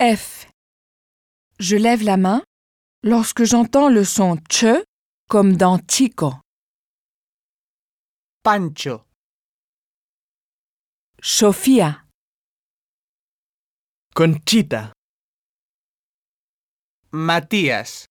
F. Je lève la main lorsque j'entends le son ch comme dans chico. Pancho, Sofía, Conchita. Matías.